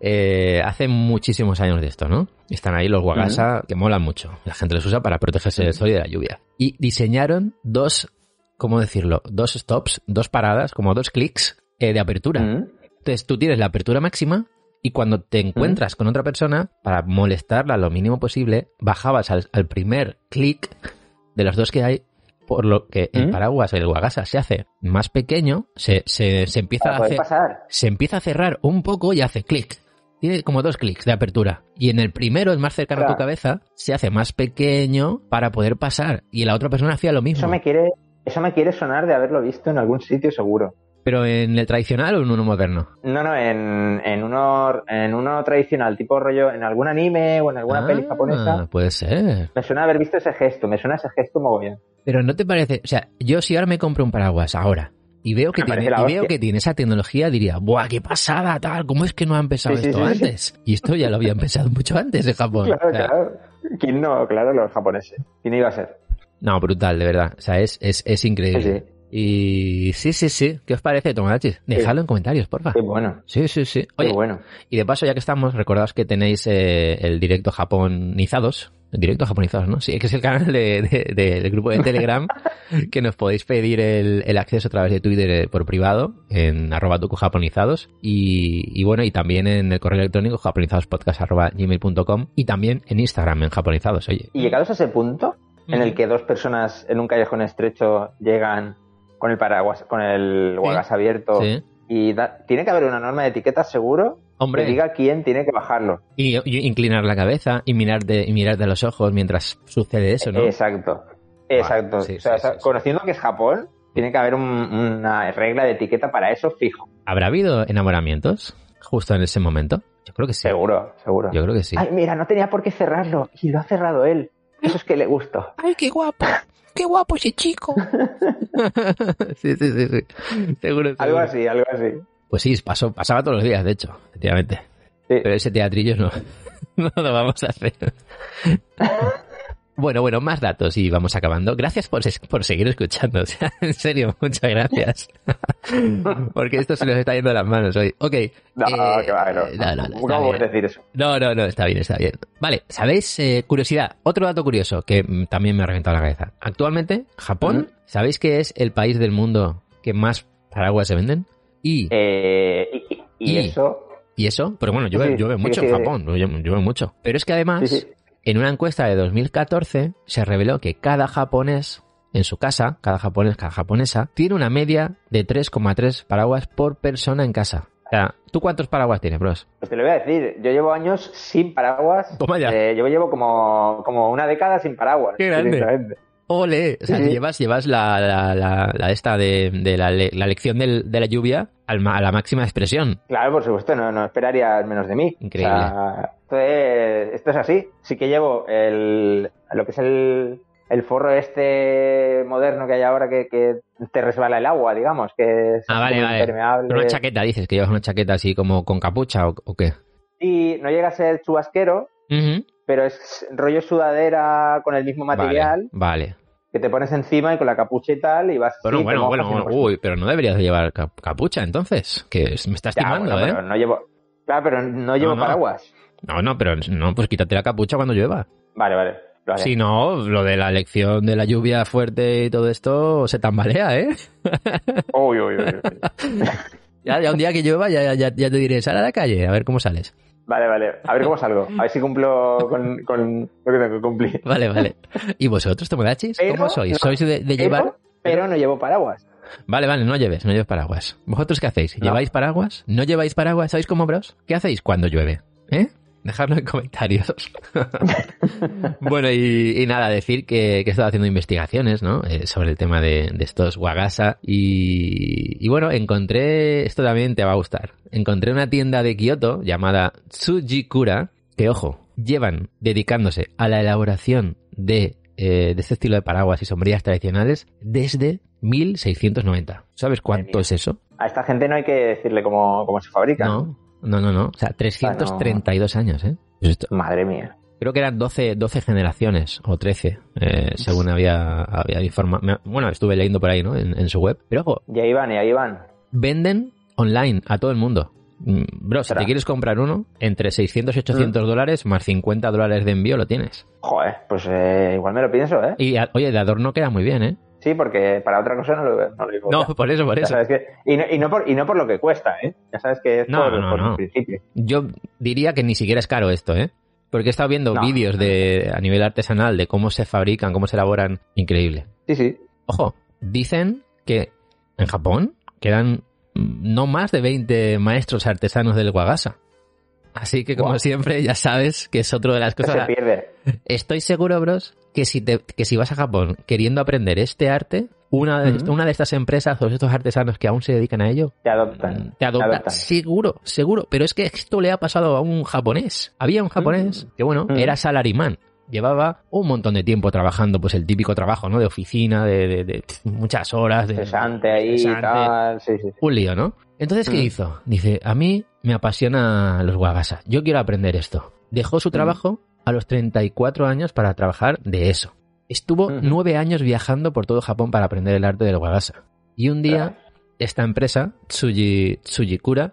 [SPEAKER 1] Eh, hace muchísimos años de esto, ¿no? Están ahí los Wagasa, que molan mucho. La gente los usa para protegerse del sol y de la lluvia. Y diseñaron dos, ¿cómo decirlo? Dos stops, dos paradas, como dos clics eh, de apertura.
[SPEAKER 2] Mm.
[SPEAKER 1] Entonces tú tienes la apertura máxima y cuando te encuentras con otra persona, para molestarla lo mínimo posible, bajabas al, al primer clic de los dos que hay, por lo que el
[SPEAKER 2] ¿Mm?
[SPEAKER 1] paraguas, el guagasa, se hace más pequeño, se, se- se empieza
[SPEAKER 2] Para
[SPEAKER 1] a
[SPEAKER 2] poder
[SPEAKER 1] hacer-
[SPEAKER 2] pasar.
[SPEAKER 1] se empieza a cerrar un poco y hace clic. Tiene como dos clics de apertura. Y en el primero, el más cercano a tu
[SPEAKER 2] Claro.
[SPEAKER 1] cabeza, se hace más pequeño para poder pasar. Y la otra persona hacía lo mismo.
[SPEAKER 2] Eso me quiere, eso me quiere sonar de haberlo visto en algún sitio seguro.
[SPEAKER 1] Pero en el tradicional o en uno moderno.
[SPEAKER 2] No, no, en, en uno, en uno tradicional, tipo rollo, en algún anime o en alguna
[SPEAKER 1] Ah,
[SPEAKER 2] peli japonesa.
[SPEAKER 1] Puede ser.
[SPEAKER 2] Me suena haber visto ese gesto, me suena ese gesto mogollón.
[SPEAKER 1] Pero no te parece, o sea, yo si ahora me compro un paraguas ahora y veo que
[SPEAKER 2] Me
[SPEAKER 1] tiene,
[SPEAKER 2] parece la
[SPEAKER 1] y veo
[SPEAKER 2] hostia.
[SPEAKER 1] que tiene esa tecnología, diría, "Buah, qué pasada, tal, ¿cómo es que no han pensado
[SPEAKER 2] Sí, sí,
[SPEAKER 1] esto
[SPEAKER 2] sí, sí.
[SPEAKER 1] antes?" Y esto ya lo habían pensado mucho antes en Japón.
[SPEAKER 2] Claro,
[SPEAKER 1] O sea,
[SPEAKER 2] claro. ¿Quién no? Claro, los japoneses. ¿Quién iba a ser?
[SPEAKER 1] No, brutal, de verdad. O sea, es, es, es
[SPEAKER 2] Sí,
[SPEAKER 1] increíble.
[SPEAKER 2] sí.
[SPEAKER 1] Y sí, sí, sí. ¿Qué os parece, Tomodachi? Dejadlo en comentarios, porfa.
[SPEAKER 2] Qué bueno.
[SPEAKER 1] Sí, sí, sí.
[SPEAKER 2] Qué
[SPEAKER 1] Oye,
[SPEAKER 2] bueno.
[SPEAKER 1] y de paso, ya que estamos, recordaos que tenéis eh, el directo japonizados. El directo japonizados, ¿no? Sí, que es el canal de- de- de- del grupo de Telegram que nos podéis pedir el, el acceso a través de Twitter eh, por privado en arroba tucujaponizados y, y bueno, y también en el correo electrónico japonizadospodcast.gmail.com y también en Instagram en japonizados, oye.
[SPEAKER 2] Y llegados a ese punto en el que dos personas en un callejón estrecho llegan con el paraguas, con el guagas abierto
[SPEAKER 1] Sí.
[SPEAKER 2] y da- tiene que haber una norma de etiqueta seguro
[SPEAKER 1] Hombre,
[SPEAKER 2] que diga quién tiene que bajarlo.
[SPEAKER 1] y, y inclinar la cabeza y mirarte, y mirarte a los ojos mientras sucede eso, ¿no?
[SPEAKER 2] Exacto. Exacto.
[SPEAKER 1] sí,
[SPEAKER 2] O sea,
[SPEAKER 1] sí, sí, sí.
[SPEAKER 2] conociendo que es Japón, tiene que haber un- una regla de etiqueta para eso fijo.
[SPEAKER 1] ¿Habrá habido enamoramientos justo en ese momento? Yo creo que sí.
[SPEAKER 2] Seguro, seguro.
[SPEAKER 1] Yo creo que sí.
[SPEAKER 2] Ay, mira, no tenía por qué cerrarlo y lo ha cerrado él. Eso es que le gustó.
[SPEAKER 4] Ay, qué guapo. Qué guapo ese chico.
[SPEAKER 1] sí, sí, sí, sí. Seguro,
[SPEAKER 2] Algo
[SPEAKER 1] seguro.
[SPEAKER 2] así, algo así.
[SPEAKER 1] Pues sí, pasó, pasaba todos los días, de hecho, efectivamente.
[SPEAKER 2] Sí.
[SPEAKER 1] Pero ese teatrillo no, no lo vamos a hacer. Bueno, bueno, más datos y vamos acabando. Gracias por, ses- por seguir escuchando. O sea, en serio, muchas gracias. Porque esto se nos está yendo de las manos hoy. Ok.
[SPEAKER 2] No,
[SPEAKER 1] eh,
[SPEAKER 2] que va, que no.
[SPEAKER 1] no, no, no,
[SPEAKER 2] ¿Cómo
[SPEAKER 1] está
[SPEAKER 2] puedes
[SPEAKER 1] bien.
[SPEAKER 2] decir eso?
[SPEAKER 1] No, no, no, está bien, está bien. Vale, ¿sabéis? eh, curiosidad, otro dato curioso que mm, también me ha reventado la cabeza. Actualmente, Japón,
[SPEAKER 2] Ujú.
[SPEAKER 1] ¿sabéis que es el país del mundo que más paraguas se venden? Y,
[SPEAKER 2] Eh, y, y
[SPEAKER 1] Y-
[SPEAKER 2] eso.
[SPEAKER 1] y eso, pero bueno, yo,
[SPEAKER 2] sí,
[SPEAKER 1] veo- yo veo
[SPEAKER 2] sí,
[SPEAKER 1] mucho
[SPEAKER 2] sí,
[SPEAKER 1] en
[SPEAKER 2] sí.
[SPEAKER 1] Japón, yo, yo veo mucho. Pero es que además,
[SPEAKER 2] Sí, sí.
[SPEAKER 1] en una encuesta de 2014 se reveló que cada japonés en su casa, cada japonés, cada japonesa, tiene una media de 3,3 paraguas por persona en casa. O sea, ¿tú cuántos paraguas tienes, bros?
[SPEAKER 2] Pues te lo voy a decir, yo llevo años sin paraguas.
[SPEAKER 1] Toma ya.
[SPEAKER 2] Eh, yo llevo como, como una década sin paraguas.
[SPEAKER 1] Qué grande.
[SPEAKER 2] directamente.
[SPEAKER 1] Ole, o sea,
[SPEAKER 2] Sí, sí.
[SPEAKER 1] llevas, llevas la, la, la, la esta de, de la, le- la lección del- de la lluvia al ma- a la máxima expresión.
[SPEAKER 2] Claro, por supuesto, no, no esperarías menos de mí.
[SPEAKER 1] Increíble.
[SPEAKER 2] O sea, esto, es, esto es así. Sí que llevo el, lo que es el, el forro este moderno que hay ahora que, que te resbala el agua, digamos, que es
[SPEAKER 1] Ah, vale,
[SPEAKER 2] como
[SPEAKER 1] vale.
[SPEAKER 2] impermeable.
[SPEAKER 1] Una chaqueta, dices, que llevas una chaqueta así como con capucha o, o qué.
[SPEAKER 2] Y no llega a ser chubasquero,
[SPEAKER 1] Ujú.
[SPEAKER 2] pero es rollo sudadera con el mismo material
[SPEAKER 1] Vale, vale.
[SPEAKER 2] que te pones encima y con la capucha y tal y vas...
[SPEAKER 1] Bueno,
[SPEAKER 2] así, te
[SPEAKER 1] bueno,
[SPEAKER 2] mojas
[SPEAKER 1] bueno,
[SPEAKER 2] y no
[SPEAKER 1] bueno.
[SPEAKER 2] pasa
[SPEAKER 1] Uy, pero no deberías de llevar ca- capucha entonces, que es- me estás
[SPEAKER 2] Ya,
[SPEAKER 1] timando,
[SPEAKER 2] bueno,
[SPEAKER 1] ¿eh?
[SPEAKER 2] pero no llevo. Claro, pero no llevo
[SPEAKER 1] no.
[SPEAKER 2] paraguas.
[SPEAKER 1] No, no, pero no, pues quítate la capucha cuando llueva.
[SPEAKER 2] Vale, vale. lo haré.
[SPEAKER 1] Si no, lo de la lección de la lluvia fuerte y todo esto se tambalea, ¿eh?
[SPEAKER 2] Uy, uy, uy, uy.
[SPEAKER 1] Ya, ya un día que llueva ya, ya, ya te diré, sal a la calle, a ver cómo sales.
[SPEAKER 2] Vale, vale. A ver cómo salgo. A ver si cumplo con, con lo que tengo que cumplir.
[SPEAKER 1] Vale, vale. ¿Y vosotros, Tomodachis?
[SPEAKER 2] Pero,
[SPEAKER 1] ¿Cómo sois?
[SPEAKER 2] no,
[SPEAKER 1] ¿Sois de, de llevar?
[SPEAKER 2] Pero, pero no llevo paraguas.
[SPEAKER 1] Vale, vale, no lleves, no lleves paraguas. ¿Vosotros qué hacéis?
[SPEAKER 2] No.
[SPEAKER 1] ¿Lleváis paraguas? ¿No lleváis paraguas? ¿Sois como bros? ¿Qué hacéis cuando llueve? ¿Eh? Dejadlo en comentarios. bueno, y, y nada, decir que, que he estado haciendo investigaciones, ¿no? Eh, sobre el tema de, de estos Wagasa. Y, y bueno, encontré, esto también te va a gustar. Encontré una tienda de Kioto llamada Tsujikura, que ojo, llevan dedicándose a la elaboración de, eh, de este estilo de paraguas y sombrillas tradicionales desde 1690. ¿Sabes cuánto
[SPEAKER 2] mía.
[SPEAKER 1] es eso?
[SPEAKER 2] A esta gente no hay que decirle cómo, cómo se fabrica.
[SPEAKER 1] No, no, no, no. O sea, 332 años, ¿eh? Pues esto-
[SPEAKER 2] Madre mía.
[SPEAKER 1] creo que eran 12, 12 generaciones o 13, eh, según había, había informado. Bueno, estuve leyendo por ahí, ¿no? En, en su web. Pero ojo,
[SPEAKER 2] Y ahí van, y ahí van.
[SPEAKER 1] venden online a todo el mundo. Mm, Bro, si
[SPEAKER 2] Ostras. Mm.
[SPEAKER 1] te quieres comprar uno, entre 600 y 800 dólares más 50 dólares de envío lo tienes.
[SPEAKER 2] Joder, pues eh, igual me lo pienso, ¿eh?
[SPEAKER 1] Y a- oye, de adorno queda muy bien, ¿eh?
[SPEAKER 2] Sí, porque para otra cosa no lo, no lo digo.
[SPEAKER 1] No, por eso, por
[SPEAKER 2] Ya
[SPEAKER 1] eso.
[SPEAKER 2] sabes que- y, no, y no por, y no por lo que cuesta, ¿eh? Ya sabes que es
[SPEAKER 1] No,
[SPEAKER 2] por,
[SPEAKER 1] no,
[SPEAKER 2] por
[SPEAKER 1] no.
[SPEAKER 2] el principio.
[SPEAKER 1] Yo diría que ni siquiera es caro esto, ¿eh? Porque he estado viendo
[SPEAKER 2] No.
[SPEAKER 1] vídeos de a nivel artesanal de cómo se fabrican, cómo se elaboran. Increíble.
[SPEAKER 2] Sí, sí.
[SPEAKER 1] Ojo, dicen que en Japón quedan mm, no más de 20 maestros artesanos del Wagasa. Así que, como
[SPEAKER 2] Guau.
[SPEAKER 1] siempre, ya sabes que es otra de las
[SPEAKER 2] No
[SPEAKER 1] cosas.
[SPEAKER 2] se pierde.
[SPEAKER 1] Estoy seguro, bros, que si, te- que si vas a Japón queriendo aprender este arte, una de,
[SPEAKER 2] Ujú.
[SPEAKER 1] una de estas empresas o estos artesanos que aún se dedican a ello,
[SPEAKER 2] Te
[SPEAKER 1] mm,
[SPEAKER 2] adoptan.
[SPEAKER 1] te adoptan. Seguro, seguro. Pero es que esto le ha pasado a un japonés. Había un japonés que, bueno,
[SPEAKER 2] Mm.
[SPEAKER 1] era salarimán. Llevaba un montón de tiempo trabajando, pues el típico trabajo, ¿no? De oficina, de, de- de muchas horas. De,
[SPEAKER 2] Interesante ahí y
[SPEAKER 1] cesante.
[SPEAKER 2] tal. Sí, sí, sí.
[SPEAKER 1] Un lío, ¿no? Entonces, ¿qué
[SPEAKER 2] Mm.
[SPEAKER 1] hizo? Dice, a mí me apasiona los guagasa. Yo quiero aprender esto. Dejó
[SPEAKER 2] Mm.
[SPEAKER 1] su trabajo a los 34 años para trabajar de eso. Estuvo
[SPEAKER 2] Ujú.
[SPEAKER 1] nueve años viajando por todo Japón para aprender el arte del guagasa. Y un día, esta empresa, Tsuji, Tsujikura,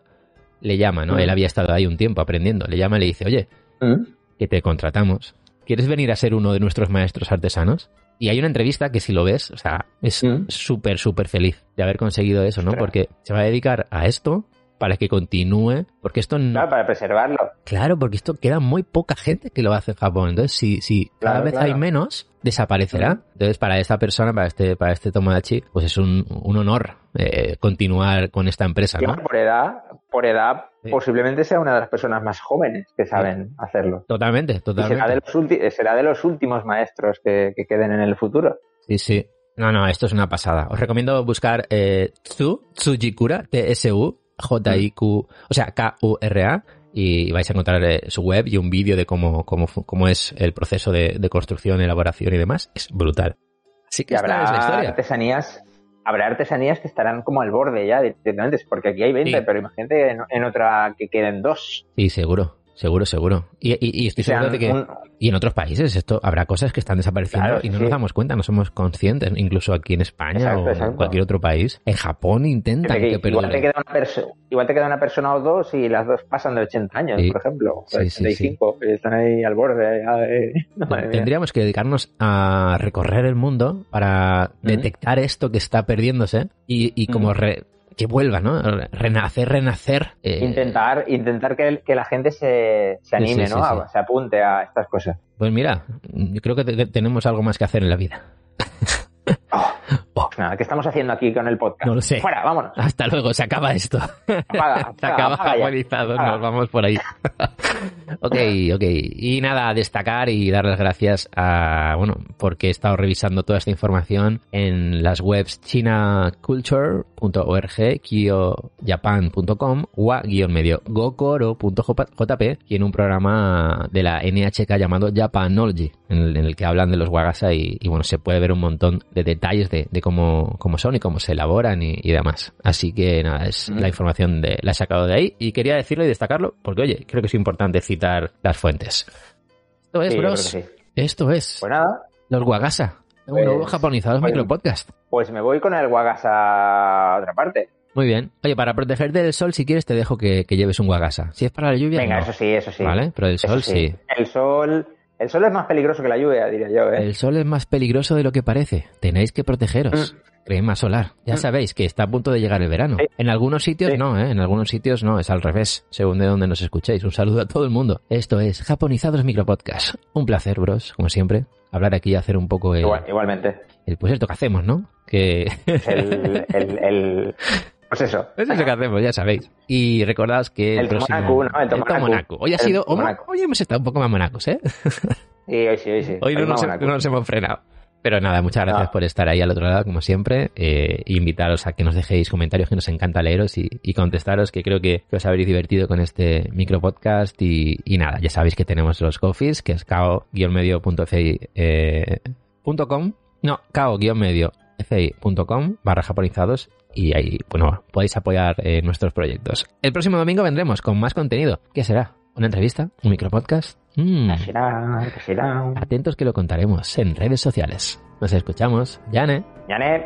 [SPEAKER 1] le llama, ¿no?
[SPEAKER 2] Mm.
[SPEAKER 1] Él había estado ahí un tiempo aprendiendo. Le llama y le dice, oye,
[SPEAKER 2] Mm.
[SPEAKER 1] que te contratamos. ¿Quieres venir a ser uno de nuestros maestros artesanos? Y hay una entrevista que si lo ves, o sea, es
[SPEAKER 2] Mm.
[SPEAKER 1] súper, súper feliz de haber conseguido eso, ¿no?
[SPEAKER 2] Ostras.
[SPEAKER 1] Porque se va a dedicar a esto para que continúe, porque esto no...
[SPEAKER 2] Claro, para preservarlo.
[SPEAKER 1] Claro, porque esto queda muy poca gente que lo hace en Japón. Entonces, si, si cada
[SPEAKER 2] Claro,
[SPEAKER 1] vez
[SPEAKER 2] claro.
[SPEAKER 1] hay menos, desaparecerá. Entonces, para esta persona, para este, para este Tomodachi, pues es un, un honor eh, continuar con esta empresa,
[SPEAKER 2] Y
[SPEAKER 1] ¿no?
[SPEAKER 2] ahora por edad, por edad
[SPEAKER 1] Sí.
[SPEAKER 2] posiblemente sea una de las personas más jóvenes que saben hacerlo.
[SPEAKER 1] Totalmente,
[SPEAKER 2] Y
[SPEAKER 1] totalmente.
[SPEAKER 2] será de, los ulti- será de los últimos maestros que, que queden en el futuro.
[SPEAKER 1] Sí, sí. No, no, esto es una pasada. Os recomiendo buscar eh, Tsu, Tsujikura, T-S-U, J-I-Q, o sea, K-U-R-A, y vais a encontrar eh, su web y un vídeo de cómo, cómo, fu- cómo es el proceso de, de construcción, elaboración y demás. Es brutal. Así que
[SPEAKER 2] Y
[SPEAKER 1] esta es la
[SPEAKER 2] habrá
[SPEAKER 1] historia.
[SPEAKER 2] artesanías, habrá artesanías que estarán como al borde ya directamente, porque aquí hay 20,
[SPEAKER 1] Sí.
[SPEAKER 2] pero imagínate en, en otra que queden dos.
[SPEAKER 1] Sí, seguro, seguro, seguro. Y, y- y estoy seguro
[SPEAKER 2] Sean
[SPEAKER 1] de que...
[SPEAKER 2] un-
[SPEAKER 1] Y en otros países esto habrá cosas que están desapareciendo
[SPEAKER 2] Claro,
[SPEAKER 1] y no
[SPEAKER 2] sí.
[SPEAKER 1] nos damos cuenta, no somos conscientes, incluso aquí en España
[SPEAKER 2] Exacto,
[SPEAKER 1] o en
[SPEAKER 2] exacto.
[SPEAKER 1] cualquier otro país. En Japón intentan
[SPEAKER 2] que
[SPEAKER 1] que
[SPEAKER 2] igual, te
[SPEAKER 1] perdure.
[SPEAKER 2] queda una perso- igual te queda una persona o dos y las dos pasan de 80 años,
[SPEAKER 1] Sí.
[SPEAKER 2] por ejemplo,
[SPEAKER 1] Sí,
[SPEAKER 2] o de
[SPEAKER 1] sí, sí.
[SPEAKER 2] 85, y están ahí al borde. ya de- Madre mía.
[SPEAKER 1] Tendríamos que dedicarnos a recorrer el mundo para
[SPEAKER 2] Ujú.
[SPEAKER 1] detectar esto que está perdiéndose y, y como
[SPEAKER 2] Ujú.
[SPEAKER 1] re- que vuelva, ¿no? Renacer, renacer. eh,
[SPEAKER 2] Intentar, intentar que, que la gente se,
[SPEAKER 1] Sí,
[SPEAKER 2] se anime,
[SPEAKER 1] sí,
[SPEAKER 2] ¿no?
[SPEAKER 1] sí,
[SPEAKER 2] A- se apunte a estas cosas.
[SPEAKER 1] Pues mira, yo creo que te- tenemos algo más que hacer en la vida.
[SPEAKER 2] Pues Nada, ¿qué estamos haciendo aquí con el podcast?
[SPEAKER 1] No lo sé.
[SPEAKER 2] Fuera, vámonos.
[SPEAKER 1] Hasta luego, se acaba esto.
[SPEAKER 2] Apaga,
[SPEAKER 1] Se
[SPEAKER 2] apaga,
[SPEAKER 1] acaba
[SPEAKER 2] apaga ya.
[SPEAKER 1] japonizado,
[SPEAKER 2] Apaga.
[SPEAKER 1] nos vamos por ahí. ok, ok. Y nada, destacar y dar las gracias a, bueno, porque he estado revisando toda esta información en las webs chinaculture.org, kyojapan.com, wa-medio gokoro.jp y en un programa ah, de la NHK llamado Japanology, en el, en el que hablan de los wagasa y, y, bueno, se puede ver un montón de detalles de, de cómo, cómo son y cómo se elaboran y, y demás. Así que nada, es
[SPEAKER 2] Ujú.
[SPEAKER 1] la información de, la he sacado de ahí y quería decirlo y destacarlo porque, oye, creo que es importante citar las fuentes. Esto es,
[SPEAKER 2] Sí, yo creo
[SPEAKER 1] bros.
[SPEAKER 2] que sí.
[SPEAKER 1] Esto es
[SPEAKER 2] Pues nada,
[SPEAKER 1] Los Wagasa. un
[SPEAKER 2] Pues,
[SPEAKER 1] nuevo japonizado
[SPEAKER 2] bueno.
[SPEAKER 1] micropodcast.
[SPEAKER 2] pues me voy con el Wagas a otra parte.
[SPEAKER 1] Muy bien. Oye, para protegerte del sol, si quieres, te dejo que, que lleves un Wagasa. Si es para la lluvia,
[SPEAKER 2] Venga,
[SPEAKER 1] no.
[SPEAKER 2] eso sí, eso sí.
[SPEAKER 1] ¿Vale? Pero del
[SPEAKER 2] Eso
[SPEAKER 1] sol, sí.
[SPEAKER 2] El sol, el sol es más peligroso que la lluvia, diría yo, ¿eh?
[SPEAKER 1] El sol es más peligroso de lo que parece. Tenéis que protegeros. Crema solar. Ya
[SPEAKER 2] Mm.
[SPEAKER 1] sabéis que está a punto de llegar el verano.
[SPEAKER 2] Sí.
[SPEAKER 1] En algunos sitios
[SPEAKER 2] Sí.
[SPEAKER 1] no, ¿eh? En algunos sitios no, es al revés, según de donde nos escuchéis. Un saludo a todo el mundo. Esto es Japonizados Micropodcast. Un placer, bros, como siempre, hablar aquí y hacer un poco el,
[SPEAKER 2] Igual- igualmente.
[SPEAKER 1] el- pues esto que hacemos, ¿no? Que
[SPEAKER 2] El, el- el- Pues eso.
[SPEAKER 1] Eso es lo que hacemos, ya sabéis. Y recordaos que el,
[SPEAKER 2] El
[SPEAKER 1] próximo...
[SPEAKER 2] Tomonaku, ¿no? El Tomonaku.
[SPEAKER 1] Tomonaku. Hoy ha
[SPEAKER 2] El
[SPEAKER 1] sido...
[SPEAKER 2] Tomonaku.
[SPEAKER 1] Hoy hemos estado un poco más monacos, ¿eh?
[SPEAKER 2] Y hoy sí, hoy sí.
[SPEAKER 1] Hoy no nos,
[SPEAKER 2] vamos a-
[SPEAKER 1] no nos hemos frenado. Pero nada, muchas gracias
[SPEAKER 2] No.
[SPEAKER 1] por estar ahí al otro lado, como siempre. Eh, invitaros a que nos dejéis comentarios que nos encanta leeros y, y contestaros, que creo que, que os habréis divertido con este micro podcast. Y, y nada, ya sabéis que tenemos los coffees, que es cao-medio.fi.com. eh, No, cao-medio.fi.com barra japonizados. Y ahí, bueno, podéis apoyar eh, nuestros proyectos. El próximo domingo vendremos con más contenido. ¿Qué será? ¿Una entrevista? ¿Un micro podcast? Mm.
[SPEAKER 2] ¿Qué será? ¿Qué será?
[SPEAKER 1] Atentos que lo contaremos en redes sociales. Nos escuchamos. Yane.
[SPEAKER 2] Janet.